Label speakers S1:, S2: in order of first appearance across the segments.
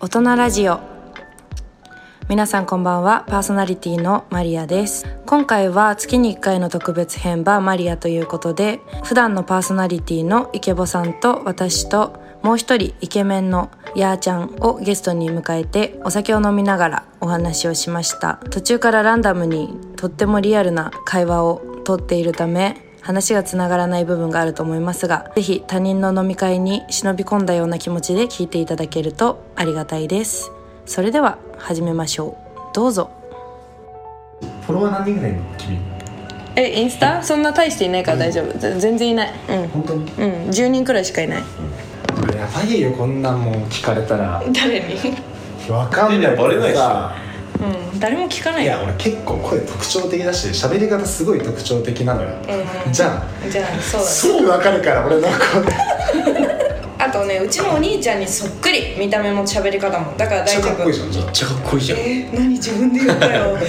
S1: 大人ラジオ皆さんこんばんはパーソナリティのマリアです今回は月に1回の特別編バーマリアということで普段のパーソナリティのイケボさんと私ともう一人イケメンのやーちゃんをゲストに迎えてお酒を飲みながらお話をしました途中からランダムにとってもリアルな会話をとっているため話がつながらない部分があると思いますがぜひ他人の飲み会に忍び込んだような気持ちで聞いていただけるとありがたいですそれでは始めましょうどうぞ
S2: フォロワー何人ぐらいいるの君
S1: えインスタそんな大していないから大丈夫ぜ全然いない
S2: 本当に
S1: うんうん10人くらいしかいない
S2: やばいよこんなんもう聞かれたら
S1: 誰に
S2: わかんない
S3: いやバレないっし
S1: うん誰も聞かないい
S2: や俺結構声特徴的だし喋り方すごい特徴的なのよ、じゃ
S1: じゃあそ
S2: あすぐわかるから俺の声
S1: あとねうちのお兄ちゃんにそっくり見た目も喋り方もだから
S2: めっちゃかっこいいじゃんじゃあ
S3: ちゃかっこいいじゃん
S1: え何自分で言ったよ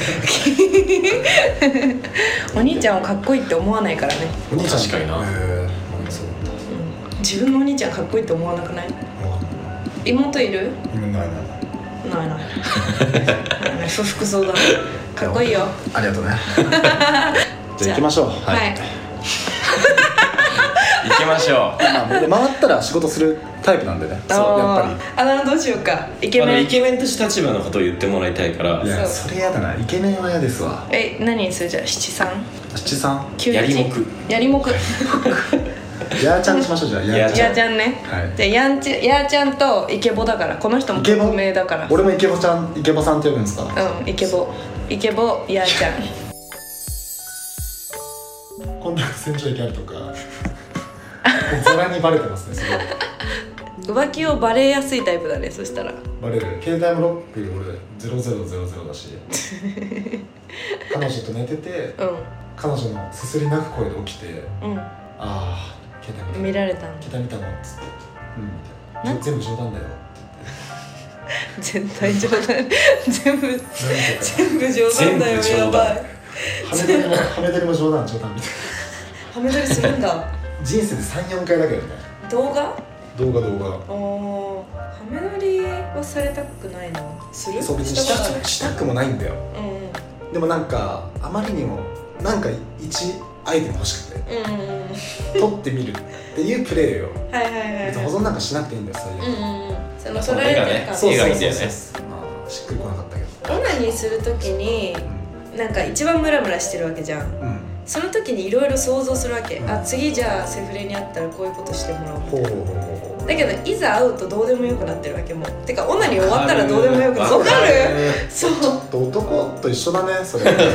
S1: お兄ちゃんをかっこいいって思わないからね
S2: お兄ちゃん
S3: 確かにな
S2: へーそう
S1: 自分のお兄ちゃんかっこいいって思わなくない妹いる
S2: 今ないな
S1: ないないないない不服そうだねかっこいいよ
S2: ありがとうねじゃあ行きましょう
S1: はい、
S3: 行きましょう
S2: まあで回ったら仕事するタイプなんでねそうやっぱ
S1: ぱりあのどうしようかイケ
S3: あの
S1: メン
S3: イケメンとして立場のことを言ってもらいたいから
S2: りいや
S1: そ
S2: それ嫌だなイケメンは嫌ですわ
S1: え何にするじゃあ七三
S2: 七三
S1: 九
S3: やりもく
S1: やりもく
S2: やーちゃんにしましょうじゃあやーちゃ
S1: や
S2: ん
S1: ーちゃんね、
S2: はい
S1: じゃあやんちやーちゃんとイケボだからこの人も
S2: イケボ
S1: 匿名だから
S2: 俺もイケボちゃんイケボさんって呼ぶんですか
S1: うんイケボイケボやーち ゃん
S2: こんな戦場行きあるとかザラにバレてますねすごい
S1: 浮気をバレやすいタイプだねそしたら
S2: バレる携帯もロック俺ゼロゼロゼロゼロだし彼女と寝てて
S1: う
S2: 彼女のすすり泣く声で起きて
S1: んう
S2: ああ携帯
S1: ん
S2: 見
S1: 見
S2: た
S1: られたんだ
S2: 携帯見たのっつってうんみた
S1: な
S2: いな全部冗談だよ
S1: 全体冗 談全部
S2: 全部とか
S1: 全部冗談だよや
S3: 全部冗談
S1: ばい
S2: はめ取りもはめ取りも冗談冗談みたい
S1: はめ撮りするんだ
S2: な人生で34回だけどね
S1: 動画
S2: 動画動画
S1: おーはめ撮りはされたくないなする
S2: そう別に
S1: したこと
S2: したしたくもないんだよ
S1: ないうんうん
S2: でもなんかあまりにもなんか一アイテム欲しくて
S1: うんうんうん
S2: 撮ってみるっていうプレーよ
S1: はいはいはい
S2: 別に保存なんかしなくていいんだよそう
S1: う
S2: い
S1: ん
S2: う
S1: うんうんそのそれられてるか
S3: そ
S1: ら
S3: う絵がいいんだよね
S2: まあしっくりこなかったけど
S1: オナニーするときになんか一番ムラムラしてるわけじゃん
S2: うん、うん、
S1: その時にいろいろ想像するわけあ次じゃあセフレに会ったらこういうことしてもらおう
S2: ほうほうほうほう
S1: だけどいざ会うとどうでもよくなってるわけもうてかオナニー終わったらどうでもよくなるわかる
S2: え
S1: そう
S2: ー、と男と一緒だねそれ感想が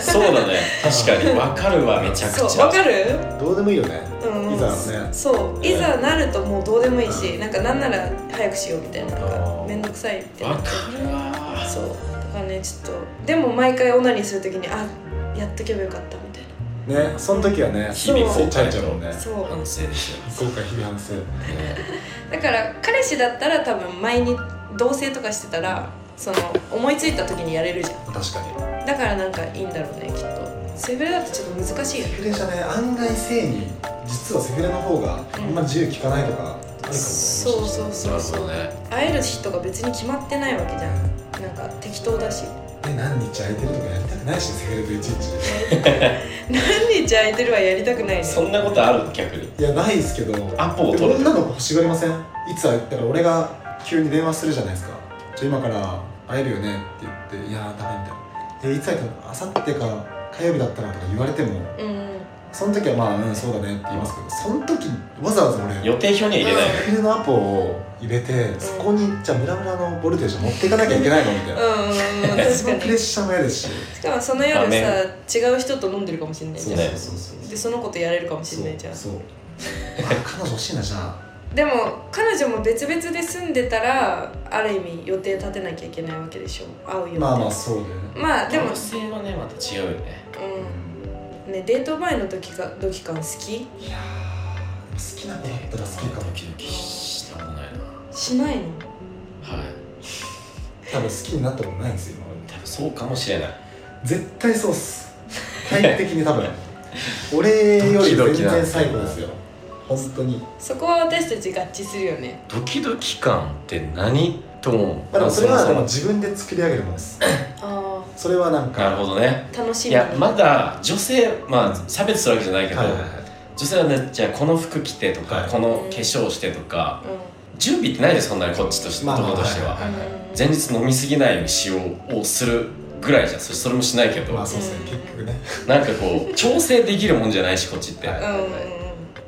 S3: そうだね確かにわかるわめちゃく
S1: そう
S3: ちゃ
S1: わかる
S2: どうでもいいよね
S1: うんうん
S2: いざはね
S1: そういざなるともうどうでもいいしなんかなんなら早くしようみたいななんか
S3: あー
S1: 面倒くさいってな
S3: わ
S1: っ
S3: か
S1: て
S3: るわ
S1: そうだからねちょっとでも毎回オナニーするときにあやっとけばよかったみたい
S2: ねその時はね
S3: 日々
S2: そう
S3: 後
S2: ちゃ
S3: 悔
S2: いちゃうもん
S3: と
S2: ね
S1: なそう
S3: 反省ですよ
S2: 後悔日々反省
S1: だから彼氏だったら多分前に同棲とかしてたらその思いついた時にやれるじゃ
S2: 確か
S1: んだからなんかいいんだろうねきっとセフレだとちょっと難しい
S2: に
S1: よ
S2: セフレじゃね案外性に実はセフレの方があんま自由聞かないとかあるかもね
S1: そうそうそうそう
S3: ね
S1: 会える日とか別に決まってないわけじゃんなんか適当だし
S2: ね何日空いてるとかやりたくないしセフレといちいち
S1: 何日空いてるはやりたくないね
S3: そんなことある逆に
S2: いやないですけど
S3: アポを取る
S2: 女の子欲しがりませんいつ会ったら俺が急に電話するじゃないですか「じゃあ今から会えるよね」って言って「いやーダメ」みたいな「えいつ会ったらあさってか火曜日だったら」とか言われても
S1: うんうん
S2: その時はまあうんそうだねって言いますけどその時わざわざ俺
S3: 予定表には入れない
S2: セフレのアポを入れてそこにじゃあムラムラのボルテージを持っていかなきゃいけないのみたいな
S1: うん
S2: その
S1: 確か
S2: プ レッ
S1: に
S2: シャーも嫌ですし
S1: しかもその夜
S3: ダ
S1: さ
S3: メ
S1: 違う人と飲んでるかもしれないじ
S2: そう
S1: ゃん
S2: そうそうそう
S1: でそのことやれるかもしれないじゃん
S2: そうそう あ彼女欲しいなじゃあ
S1: でも彼女も別々で住んでたらある意味予定立てなきゃいけないわけでしょ会う予定
S2: まあまあそうね
S1: まあでも、
S3: 女性はねまた違うよね
S1: うんね、デート前の時か時間好き
S2: いやー好きな子だったら好きかも
S3: ドキドキしたことないな
S1: しないの
S3: はい
S2: 多分好きになったことないんですよ今まで
S3: 多分そうかもしれない
S2: 絶対 そうっす体力的に多分俺より全然最後ですよ本当に
S4: そこは私たち合致するよね
S3: ドキドキ感って何と思う、
S2: まあでもそれはでも
S3: そ
S2: 自分で作り上げるものです
S4: あ
S2: それはなん
S3: な
S2: か
S3: るほどね
S4: あ楽し
S3: い
S4: み
S3: やまだ女性まあ差別するわけじゃないけど、
S2: はいはいはい
S3: 女性はねじゃあこの服着てとか、
S2: はい
S3: この化粧してとか
S4: うん
S3: 準備ってないですそんなにこっちとして、
S2: まあ
S3: 男としては、
S2: はいはい
S4: うん
S3: 前日飲みすぎないようにしようをするぐらいじゃんそそれもしないけど、
S2: まあそうですね
S4: うん
S2: 結局ね
S3: なんかこう調整できるもんじゃないしこっちって、
S2: はい
S4: うんうん
S3: っ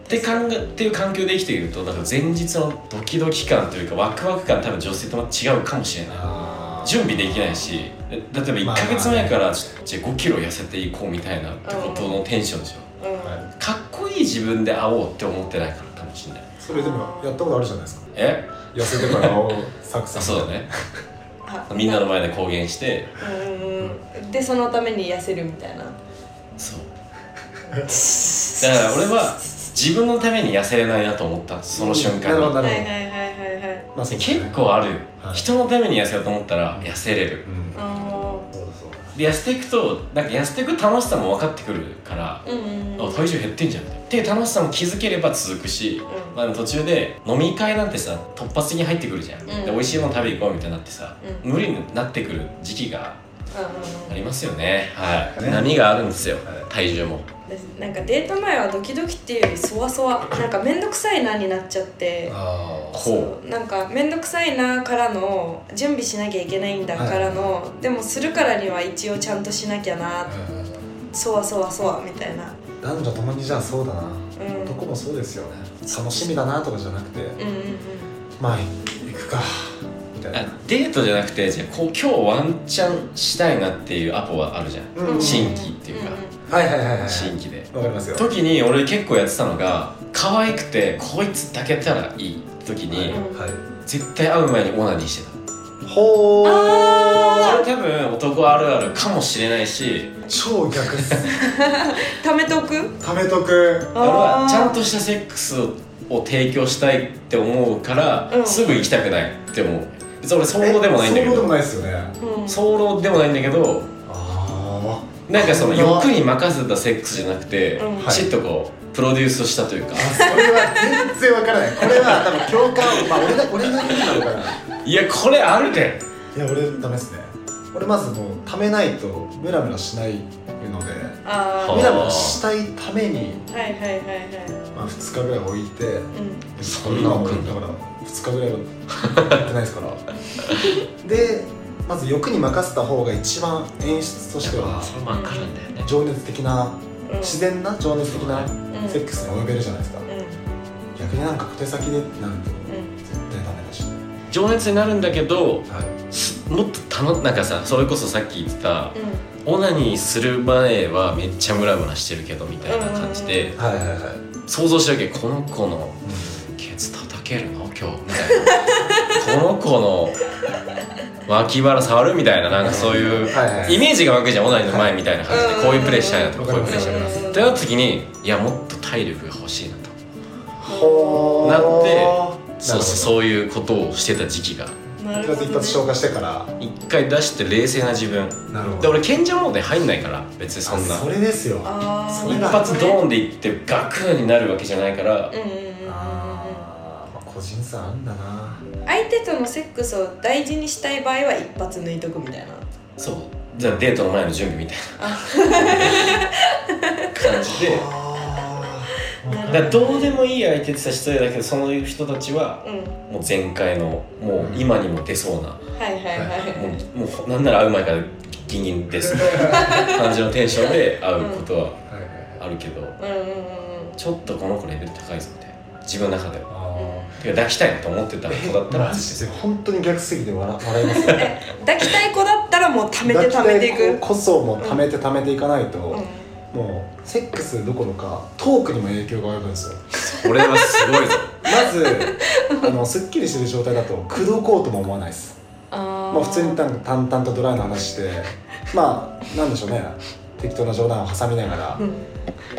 S3: て考えっていう環境で生きているとなんか前日のドキドキ感というかワクワク感多分女性とも違うかもしれない
S4: あー
S3: 準備できないしえ例えば1
S2: まあ
S3: ヶ月前からちょじゃあ5キロ痩せていこうみたいなってことのテンションでしょ
S4: うん
S2: は
S3: かっこいい自分で会おうって思ってないからかもしれない
S2: それでもやったことあるじゃないですか
S3: え
S2: 痩せてから青サクサ
S3: あ
S2: ク
S3: そうだね
S4: あ
S3: みんなの前で公言して
S4: うんうんでそのために痩せるみたいなだか
S3: そうだから俺は自分のために痩せれないなと思ったその瞬
S2: なるほ
S3: 間
S2: ど
S3: に
S2: な
S4: は
S2: る
S4: い
S2: ほ
S4: は
S2: ど
S4: いはいはいはい
S2: まあそうですね
S3: 結構あるよ
S2: はい
S3: 人のために痩せようと思ったら痩せれる
S2: うん
S4: あ
S2: そうそう
S3: で痩せていくとなんか痩せていく楽しさも分かってくるから、
S4: ーうんうんうん
S3: あ体重減ってんじゃんみたいなっていう楽しさも気づければ続くし、
S4: うん
S3: まあ、でも途中で飲み会なんてさ突発的に入ってくるじゃん、
S4: ん
S3: で美味しいもの食べに行こうみたいになってさ、
S4: うん
S3: 無理になってくる時期が
S4: うんうん
S3: ありますよねはい、
S2: ね
S3: 波があるんですよ、
S2: はい
S3: 体重も
S4: 私なんかデート前はドキドキっていうよりそわそわなんか面倒くさいなになっちゃって
S2: あー
S3: こ
S4: そうなんか面倒くさいなからの準備しなきゃいけないんだからの、でもするからには一応ちゃんとしなきゃな
S2: うん
S4: そわそわそわみたいな
S2: 男女ともにじゃあそうだな
S4: うん
S2: 男もそうですよね楽しみだなとかじゃなくて
S4: うんうんうん
S2: まあ行くかみたい
S3: あ
S2: な
S3: デートじゃなくてじゃあこう今日ワンチャンしたいなっていうアポはあるじゃん、
S2: うん
S3: 新規っていうか、
S2: はいはいはいはい
S3: 新規で
S2: わかりますよ
S3: 時に俺結構やってたのが可愛くてこいつ抱けたらいい時に、
S2: はい
S3: 絶対会う前にオナニーしてた
S2: ほー
S3: これ多分男あるあるかもしれないし
S2: 超逆っす
S4: ためとく
S2: ためとく
S3: 俺は
S4: ー
S3: ちゃんとしたセックスを提供したいって思うから、
S4: うん
S3: すぐ行きたくないって思う別に俺早漏でもないんだけ
S2: えそうでも
S3: ど
S2: ないっすよね
S4: うん
S3: 早漏でもないんだけど
S2: あ
S3: なんかその
S2: うわ
S3: 欲に任せたセックスじゃなくて、
S4: うん
S3: きちっとこうプロデュースしたというか
S2: あそれは全然わからないこれ は多分共感まあ俺だ俺だけなのかない
S3: いやこれあるで
S2: や俺ダメっすね俺まずもうためないとムラムラしないので
S4: あー
S3: は
S2: ムラムラしたいために、
S4: はいはいはいは
S2: まあ、2日ぐらい置いて
S4: いうん
S3: そんなの来ん
S2: だ
S3: だ
S2: から2日ぐらいはやってないですから でまず欲に任せた方が一番演出としては
S3: れもわかるんだよね
S2: 情熱的な
S4: うん
S2: 自然な情熱的な
S4: うん
S2: セックスに及べるじゃないですか
S4: うん
S2: 逆になんか小手先でってなると
S4: うん
S2: 絶対ダメだし、
S3: 情熱になるんだけど
S2: はい、
S3: すもっと楽なんかさそれこそさっき言ってた
S4: うん
S3: オナニーする前はめっちゃムラムラしてるけどみたいな感じで
S2: はいはいはい
S3: 想像してるけどこの子のケツ叩けるの今日みたいなこの子の脇腹触るみたいななんかそういう
S2: はいはい
S3: イメージが湧くじゃんオナニーの前みたいな感じ
S4: は
S3: で
S4: い
S3: こういうプレイしたいなと
S2: わ
S3: か
S2: か
S3: こ
S2: り
S3: ういう
S2: ます
S3: プレイしたいな
S4: うん
S3: ってなった時にいやもっと体力が欲しいなと
S2: ほー
S3: なって
S2: るほど
S3: そうそうそういうことをしてた時期が
S4: な
S2: とり
S4: る
S2: あ
S4: ほ
S2: えず一
S4: どね
S2: 発消化してから
S3: 一回出して冷静な自分
S2: なるほ
S3: で俺賢者モードに入んないから別にそんな
S2: あそれですよ
S4: あー
S2: それ
S3: 一
S2: だ
S3: 発ドーンでいってガクーになるわけじゃないから
S4: うんうんうんうんうん
S2: あーまあ個人差あんだな
S4: 相手とのセックスを大事にしたい場合は一発抜いとくみたいな
S3: そうじゃあデートの前の準備みたい
S2: あ
S3: な感じでだ
S4: な
S3: からどうでもいい相手ってさ失礼だけどその人たちは
S4: うん
S3: もう前回のもう今にも出そうな
S4: はいはいはい
S3: もうもうなんなら会う前からギンギンですみたいな感じのテンションで会うことは
S2: ーはいはいはい
S3: あるけど
S4: うんうんうんうん
S3: ちょっとこの子レベル高いぞみたいな自分の中では
S2: あ
S3: てか抱きたいなと思ってた子だっ
S2: ー
S3: たら
S2: マジで本当に逆すぎて笑笑いますよ
S4: 抱きたい子だったらもう溜めて溜めていく
S2: 抱きた子こそもう溜めて溜めていかないと、
S4: うん
S2: もうセックスどころかトークにも影響が及ぶんですよ
S3: それはすごいぞ
S2: まず あのすっきりしてる状態だと口説こうとも思わないです
S4: あー
S2: まあ、普通になんか淡々とドライな話してまあなんでしょうね適当な冗談を挟みながら
S4: う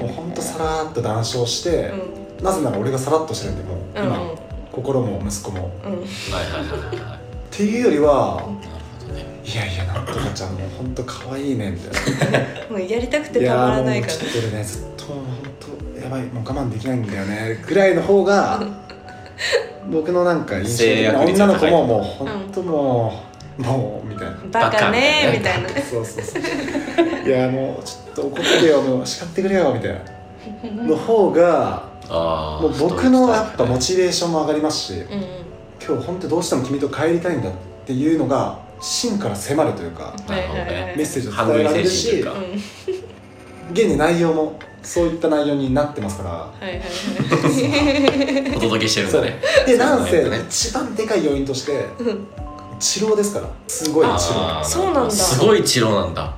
S4: ん
S2: もうほんとさらっと談笑して
S4: う、
S2: なぜなら俺がさらっとしてるんでもう今、
S4: ん
S2: 心も息子も
S4: うんうん
S3: はいはいはいはいはい
S2: っていうよりは
S3: なるほどね
S2: いやいやなんとかち ゃんもうほんと可愛いねみたいな
S4: もうやりたくてたまらな
S2: や
S4: い
S2: ーもう
S4: か
S2: ちょっと俺ねずっと本当やばいもう我慢できないんだよねぐらいの方が 僕のなんか印象的な
S3: 制約率
S2: 女
S3: が
S2: の子
S3: 高い
S2: ももう本当もう、もうみたいな
S4: バカねみ
S3: バ
S4: た
S3: カ
S4: いな
S2: そうそうそういやもうちょっと怒ってよもう叱ってくれよみたいなの方が
S3: ああ
S2: もう僕のやっぱモチベーションも上がりますし
S4: うん
S2: 今日本当どうしても君と帰りたいんだっていうのが芯から迫るというか
S4: はいはいはい
S2: メッセージ
S3: ハ
S2: を
S3: ング
S2: 伝え
S3: リ
S2: られ
S3: ー
S2: る
S3: 精
S2: し
S3: 神というか
S4: うん
S2: 現に内容もそういった内容になってますから
S4: はいはいはい
S3: お届けしてるん
S2: そ
S3: だ
S2: う
S3: ね
S2: でなんせ
S3: そうだね
S2: 一番でかい要因として
S4: うん
S2: 治療ですからすごい治
S3: あ
S2: 療
S3: ー
S4: そうなんだ
S3: すごい治療なんだ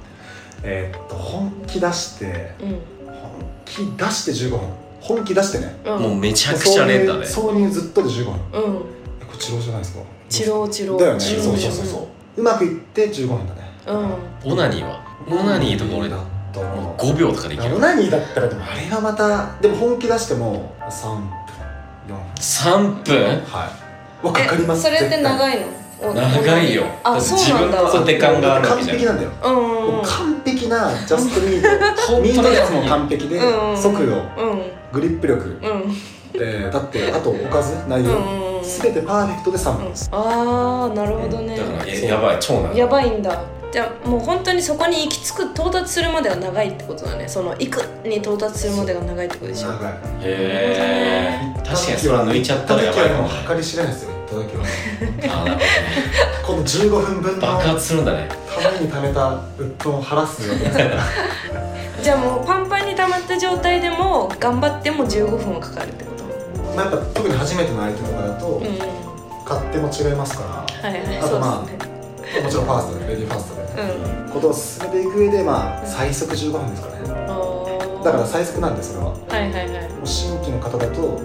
S2: えーっと本気出して
S4: うん
S2: 本気出して15分本気出してね
S4: うん
S3: もうめちゃくちゃ連打ね
S2: 挿入挿入ずっとで15分
S4: うん
S2: えこれ治療じゃないですか
S4: 治療治療
S2: だよね
S4: 治療
S2: そうそうそうそううまくいって15分だね
S4: うん
S3: オナニーはオナニーとか俺
S2: だ
S3: も
S2: ったら
S3: う5秒とかできる
S2: オナニーだったらでもあれはまたでも本気出しても3分4分
S3: 3分
S2: はいわかかります
S4: えそれって
S2: い
S4: 長いのお
S3: 長いよ
S4: あそうなんだ
S3: 自分の手感があるわ
S2: 完
S3: けじゃん
S2: 璧なんだよ
S4: うんうん
S2: もう完璧なジャストミート
S3: 本
S2: ミー
S3: 当
S2: ト
S3: だ
S2: 率も
S3: よ
S2: 完璧で
S4: うん
S2: 速度
S4: うん
S2: グリップ力、
S4: うんうん
S2: えーだってあとおかず内
S4: う
S2: 容
S4: んうん
S2: 全てパーフェクトで3分です、
S4: ああなるほどね
S3: だからえやばい超な
S4: やばいんだじゃあもう本当にそこに行き着く到達するまでが長いってことだねその行くに到達するまでが長いってことでしょ
S2: 長い
S3: へえ確かにそれは抜いちゃったらやばいか
S2: も
S3: も
S2: う計り知れないですよ行った時は
S3: あ ーなるほどね
S2: この15分分の
S3: 爆
S2: た
S3: 発するんだ ね
S2: めに貯めた鬱憤を晴らすよう な
S4: じゃあもうパンパンに溜まった状態でも頑張っても15分はかかるってこと
S2: まあやっぱ特に初めての相手とかだと
S4: うんうん
S2: 勝手も違いますか
S4: はいはい
S2: あとまあ
S4: そうですね
S2: らもちろんファーストでレディーファーストで
S4: うん
S2: ことを進めていく上でまあ最速15分ですからね
S4: あー
S2: だから最速なんですそれはも
S4: はいはいはいう
S2: 新規の方だと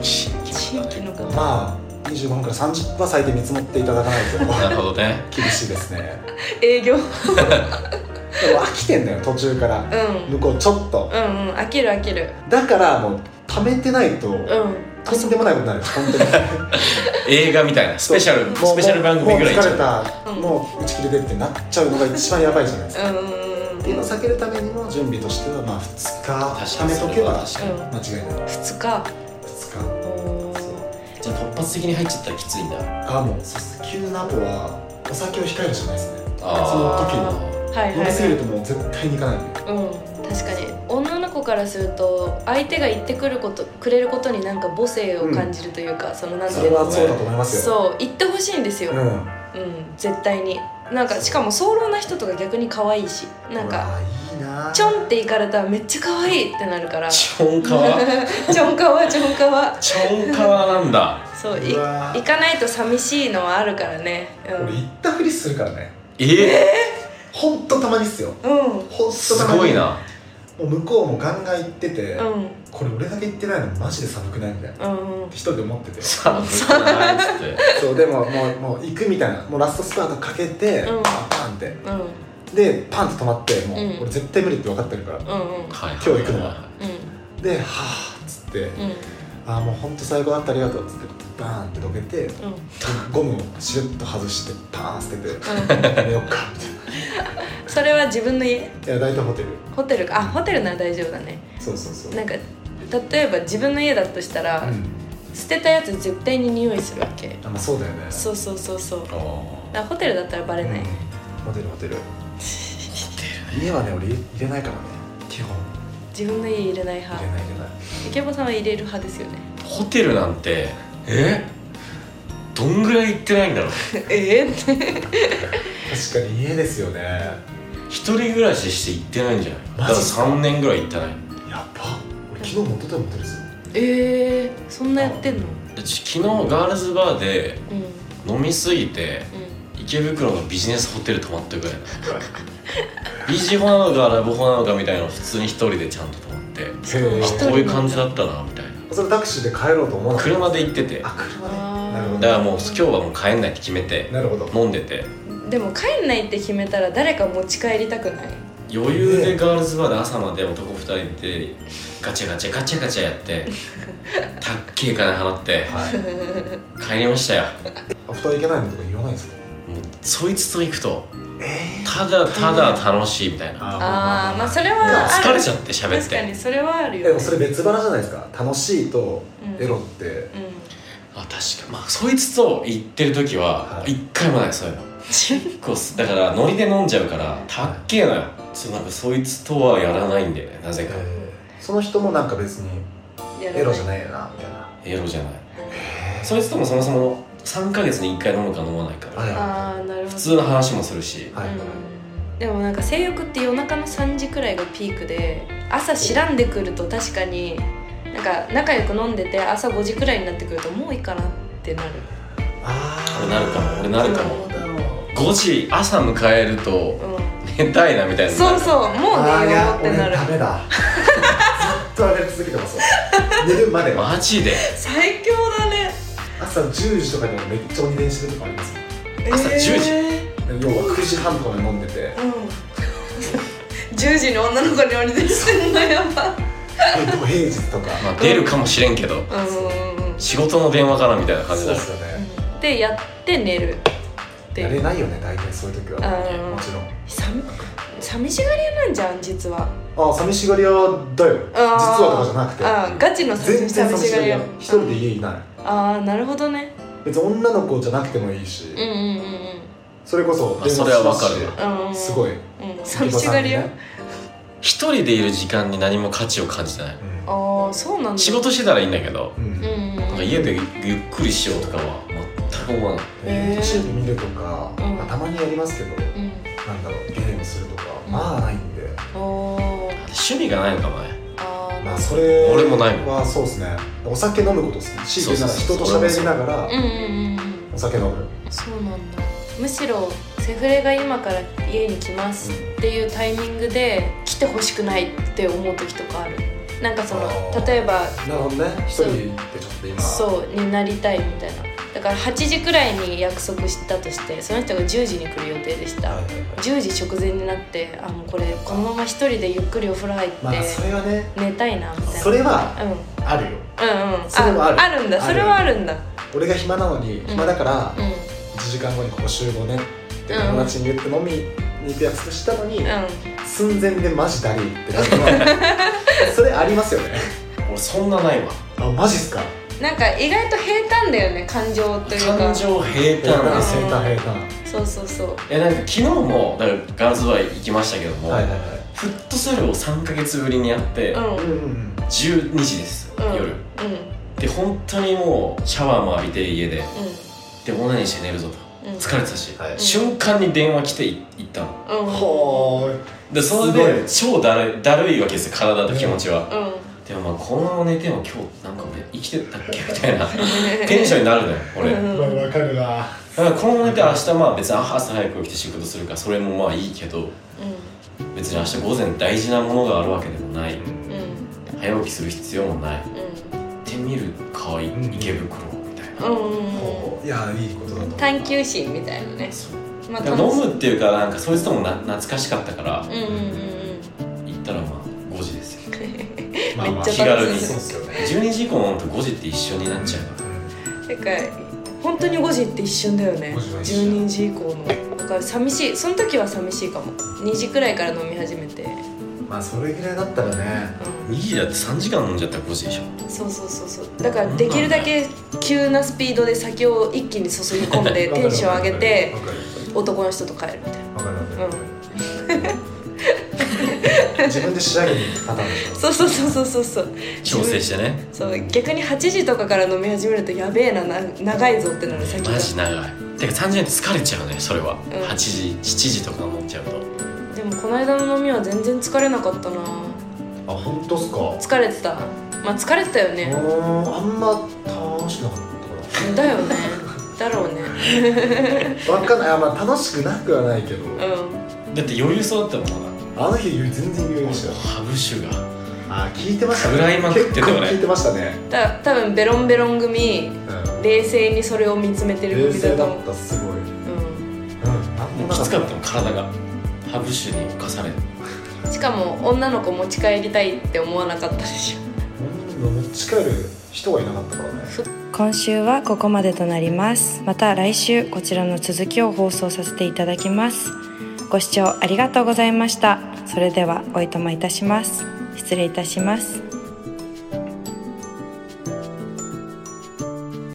S4: 新規の方
S2: まあ25分から30分は最低見積もっていただかないと
S3: なるほどね
S2: 厳しいですね
S4: 営業うん
S2: でも飽きてんだよ途中から向こうちょっと
S4: うんうん飽きる飽きる
S2: だからもう貯めてないと
S4: うん
S2: とんでもないことになる本 当に
S3: 映画みたいなスペシャル
S2: もう
S3: スペシャル番組ぐらい
S2: もう疲
S3: ちゃ
S2: れ
S3: う
S2: た、
S4: うん
S2: もう打ち切りでってなっちゃうのが一番やばいじゃないですか、
S4: うんうんうん
S2: っていうのを避けるためにも準備としてはまあ2日貯めとけば
S3: 確かに
S2: 間違いない
S4: 2日
S2: 2日
S4: おー
S3: じゃあ突発的に入っちゃったらきついんだ
S2: あもうそうっす急なアポはお酒を控えるじゃないですね
S3: あ
S2: その時に
S3: ー
S4: はいはい
S2: 飲みすぎ
S4: はい
S2: るともう絶対に行かないで
S4: うん確かに女の子からすると相手が言ってくることくれることになんか母性を感じるというか、そのなんて
S2: そ
S4: い
S2: れ
S4: うの
S2: はそうだと思いますよ
S4: そう言ってほしいんですよ、
S2: う
S4: うんん絶対になんかしかも早漏な人とか逆に可愛いしなん
S2: う
S4: か
S2: わいいな
S4: ちょんって行かれたらめっちゃ可愛いってなるからち
S3: チョンカワ
S4: ょんかわちょんかわ
S3: チョンカワなんだ
S4: そういう
S2: わ
S4: 行かないと寂しいのはあるからね
S2: 俺行ったふりするからね
S3: え
S2: ほんとたまにっすよ
S4: うんうん
S2: ほん
S3: ー、
S2: と
S3: す
S2: たまに
S3: ごいな
S2: もう向こうもガンガン行ってて、
S4: うん
S2: これ俺だけ行ってないのマジで寒くないみたいな
S4: うんうん
S2: 一人で思 ってて
S3: さあぶっないっつって
S2: そうでももうもう行くみたいなもうラストスパートかけて、
S4: うん
S2: パンって
S4: うん
S2: でパンって止まってもう、
S4: うん
S2: 俺絶対無理って分かってるから
S4: うんうん
S3: はいはいはい
S2: 今日行くのは
S4: う
S2: ではあっつって、
S4: ん
S2: ああもうほんと最高だったありがとうっつってバーンってどけて
S4: うんうん
S2: ゴムをしれっと外してパーン捨てて
S4: うん
S2: やめよっかみ
S4: それは自分の家
S2: たいないや大体ホテル
S4: ホテルかあホテルなら大丈夫だね
S2: そうそうそう
S4: なんか例えば自分の家だとしたら、
S2: うん
S4: 捨てたやつ絶対に匂いするわけ
S2: あまあそうだよね
S4: そうそうそうそうだか
S3: あ
S4: らホテルだったらバレない、
S2: うんホテルホテル家はね俺入れないからね基本
S4: 自分の家入れない
S2: 入
S4: 派
S2: れない入れない
S4: 池坊さんは入れる派ですよね
S3: ーホテルなんてえどんぐらい行ってないんだろう
S4: ええって
S2: 確かに家ですよね
S3: 一人暮らしして行ってないんじゃないだ
S2: マ
S3: か
S2: ジ
S3: ら
S2: っすか
S3: 3年ぐらい行ってない
S2: やば俺昨日元でモテるすよ
S4: えー、そんなやってんの
S3: でち昨日ガールズバーで
S4: うんうん
S3: 飲みすぎて池袋のビジネスホテル泊まってるぐらいなビジホなのかラブホなのかみたいなのを普通に一人でちゃんと泊まって
S2: へえ
S4: 一人
S3: こういう感じだったなみたい
S2: それタクシーで帰ろうと思わなか
S3: な
S2: った
S3: 車で行っててだか
S2: あ車で
S4: あー
S2: なるほど
S3: らもう今日はもう帰んないって決めて
S2: なるほど
S3: 飲んでて
S4: でも帰んないって決めたら誰か持ち帰りたくない
S3: 余裕でガールズバーで朝まで男二人でガチャガチャガチャガチャやってたっけえ金払って
S2: はい
S3: 帰りましたよ
S2: あ二人行けないのとか言わないんですか
S3: もうそいつと行くと
S2: え
S3: ただただ楽しいみたいな
S4: ああまあそれ
S3: もう
S4: はある
S3: 疲れちゃって喋っ
S4: 確か
S3: て
S4: にそれはある
S2: で
S4: よ、
S2: も
S4: ね、
S2: それ別腹じゃないですか楽しいとエロって
S4: うん
S3: あ確かまあそいつと行ってる時は
S2: はい
S3: 一回もないそういうの結構すだからノリで飲んじゃうからたっけえのよそうなんかそいつとはやらないんだよねなぜか
S2: その人もなんか別に
S4: やら
S2: エロじゃないよなみたいな
S3: エロじゃないそいつともそもそも3ヶ月に1回飲むか飲まないか
S2: はい
S4: ああなるほど
S3: 普通の話もするし
S2: はいはい
S4: うんでもなんか性欲って夜中の3時くらいがピークで朝知らんでくると確かになんか仲良く飲んでて朝5時くらいになってくるともういいかなってなる
S2: あ
S3: 俺なるかも俺なるかも
S2: だろう
S3: 5時朝迎えると
S4: う
S3: 寝たいなみたい
S4: ん
S3: な
S4: そうそうもう
S2: あーい
S4: 寝よ
S2: や
S4: うっ
S2: 俺
S4: てなる
S2: ダメだずっと上がり続けてますわ寝るまでは
S3: マジで
S4: 最強だね
S2: 朝10時とかでもめっちゃ鬼電してるとかありますよ
S3: 朝10時
S4: え
S2: 要は9時半とかまで飲んでて
S4: ーうん 10時に女の子に鬼出してんのやば
S2: え土平日とか
S3: まあ出るかもしれんけど
S4: うんうんうん
S3: 仕事の電話かなみたいな感じ
S2: そう
S3: だ
S2: で
S3: よ
S2: すよね
S4: でやって寝るってい
S2: や
S4: う
S2: れないよね大体そういう時は
S4: うん
S2: もちろん
S4: さみ寂しがり屋なんじゃん実は
S2: あ寂しがり屋だよ実
S4: あー
S2: はとかじゃな
S4: あ
S2: く
S4: ー
S2: て
S4: ガチの寂
S2: 全
S4: し
S2: 然寂しが
S4: がり
S2: り
S4: 屋
S2: 屋一人で家いな
S4: ああなるほどね
S2: い別に女の子じゃなくてもいいし
S4: うんうんうん
S2: それこそ
S3: あそれはわかる
S2: 電話し
S4: うんうんう
S2: ま
S4: ん
S2: すしすごい
S4: うん寂しがり屋、
S2: お父さんにね
S3: 一人でいる時間に何も価値を感じてない
S4: ああそうなんだ
S3: 仕事してたらいいんだけど
S2: うんう
S4: うんんうん
S3: なんか家でゆっくりしようとかは全く思わない
S4: へー
S2: YouTube 見るとか
S4: うん
S2: まあたまにやりますけど
S4: うん
S2: なんだろうゲームするとか
S4: うん
S2: まあないんで
S4: おー
S3: 趣味がないのかもね
S4: あー
S2: まあそれ
S3: 俺もない
S2: はそうですねお酒飲むことですね強いて言うなら
S3: そう
S2: 人
S3: そう
S2: と
S3: そう
S2: 喋りながら
S4: うんうんうんうん
S2: お酒飲む
S4: そうなんだむしろセフレが今から家に来ますっていうタイミングで来てほしくないって思う時とかあるなんかその
S2: あー
S4: 例えば
S2: なるほどね一
S4: そう
S2: 人でちょっと今
S4: そうになりたいみたいなだから8時くらいに約束したとしてその人が10時に来る予定でした、
S2: はいはいはい
S4: 10時直前になってあもうこれこのまま一人でゆっくりお風呂入って
S2: まあそれはね
S4: 寝たいなみたいな
S2: それは
S4: うん、うん
S2: あるよ
S4: うん
S2: それはある
S4: あるんだ
S2: ある
S4: それはあるんだ
S2: 俺が暇なのに
S4: ん
S2: 暇だから
S4: うんうん
S2: 1時間後にここ集合ねって友達に言って飲みに行く約束したのに寸前でマジダリーってなるのは それありますよね
S3: 俺そんなないわ
S2: あマジっすか
S4: なんか意外と平坦だよね感情というか
S3: 感情平
S2: 平
S3: 坦
S2: 坦
S3: な
S2: 平坦平
S4: そうそうそう
S3: えなんか昨日もだからガールズバイ行きましたけど
S2: 坦
S3: も、
S2: はいはいは
S3: フットサルを3ヶ月ぶりにやって、
S4: うん
S2: いうんうん
S3: 12時です、
S4: うん
S3: 夜
S4: うん
S3: で本当にもうシャワーも浴びて家ででオナニーして寝るぞと
S4: うんうん
S3: 疲れてたし、
S2: はい
S3: 瞬間に電話来てい行ったの
S4: うん
S2: ほーい
S3: でそれで超だるだるいわけですよ体と気持ちは、
S4: うん
S3: でもまあこのまま寝ても今日なんか俺生きてたっけみた いなテンションになるのよ俺、
S4: うん
S2: これわかるな
S3: だからこのまま寝て明日まあ別に朝早く起きて仕事するからそれもまあいいけど別に明日午前大事なものがあるわけでもない
S4: うんうん
S3: 早起きする必要もない行ってみるかい
S2: うん
S3: 池袋みたいな、
S4: うんうんうん
S2: いやいいことだと思う
S4: 探求心みたいなね
S3: そう
S4: ま
S3: だ
S4: あ
S3: から飲むっていうかなんかそいつともな懐かしかったから
S4: うんうんうんうん
S3: 行ったらまあ5時ですよ
S2: まあまあ
S4: めっち
S3: 気
S4: ゃ
S3: 軽
S4: 楽
S3: に
S4: し
S2: そうっすよね
S3: 12時以降飲むと5時って一緒になっちゃうから
S4: てか本当に5時って一瞬だよね
S2: 5時は一瞬
S4: 12時以降のだから寂しいその時は寂しいかも2時くらいから飲み始めて、う
S2: まあそれぐらいだったらね
S3: 2時だって3時間飲んじゃったら5時でしょ
S4: ん、そうそうそうそうだからできるだけ急なスピードで酒を一気に注ぎ込ん でテンション上げて
S2: わかる
S4: 男の人と帰るみたいな
S2: わかるわかる 自分で仕上げに行くパターンでしょ
S4: そうそうそうそうそうそう
S3: 調整してね
S4: そう逆に8時とかから飲み始めるとやべえなな長いぞってなる先
S3: マ
S4: が
S3: ジ長いてか単純に疲れちゃうねそれは、
S4: うん
S3: 8時7時とか飲んじゃうと
S4: でもこの間の飲みは全然疲れなかったな
S2: あ本当っすか
S4: 疲れてたまあ疲れてたよね
S2: うーんあんま楽しくなかった
S4: だよねだろうね
S2: からわかんないあまあ楽しくなくはないけど
S4: う
S3: だって余裕そうだったもんな
S2: あの日全然余裕でしたよ
S3: ハブ酒が
S2: あ聞いてましたね
S3: 食らいまくってたよね
S2: 結構聞いてましたね
S4: んた多分ベロンベロン組
S2: うん
S4: 冷静にそれを見つめてる
S2: 冷
S4: 組
S2: 静
S4: だと
S2: だ
S4: 思
S2: っ
S4: う、
S2: たすごいうん
S4: う
S2: 何
S3: もうきつかったもん体がハブ酒に侵され
S4: ん、しかも女の子持ち帰りたいって思わなかったでしょ
S2: 持ち帰る人がいなかったからね
S1: 今週はここまでとなりますまた来週こちらの続きを放送させていただきますご視聴ありがとうございましたそれではおいとまいたします失礼いたします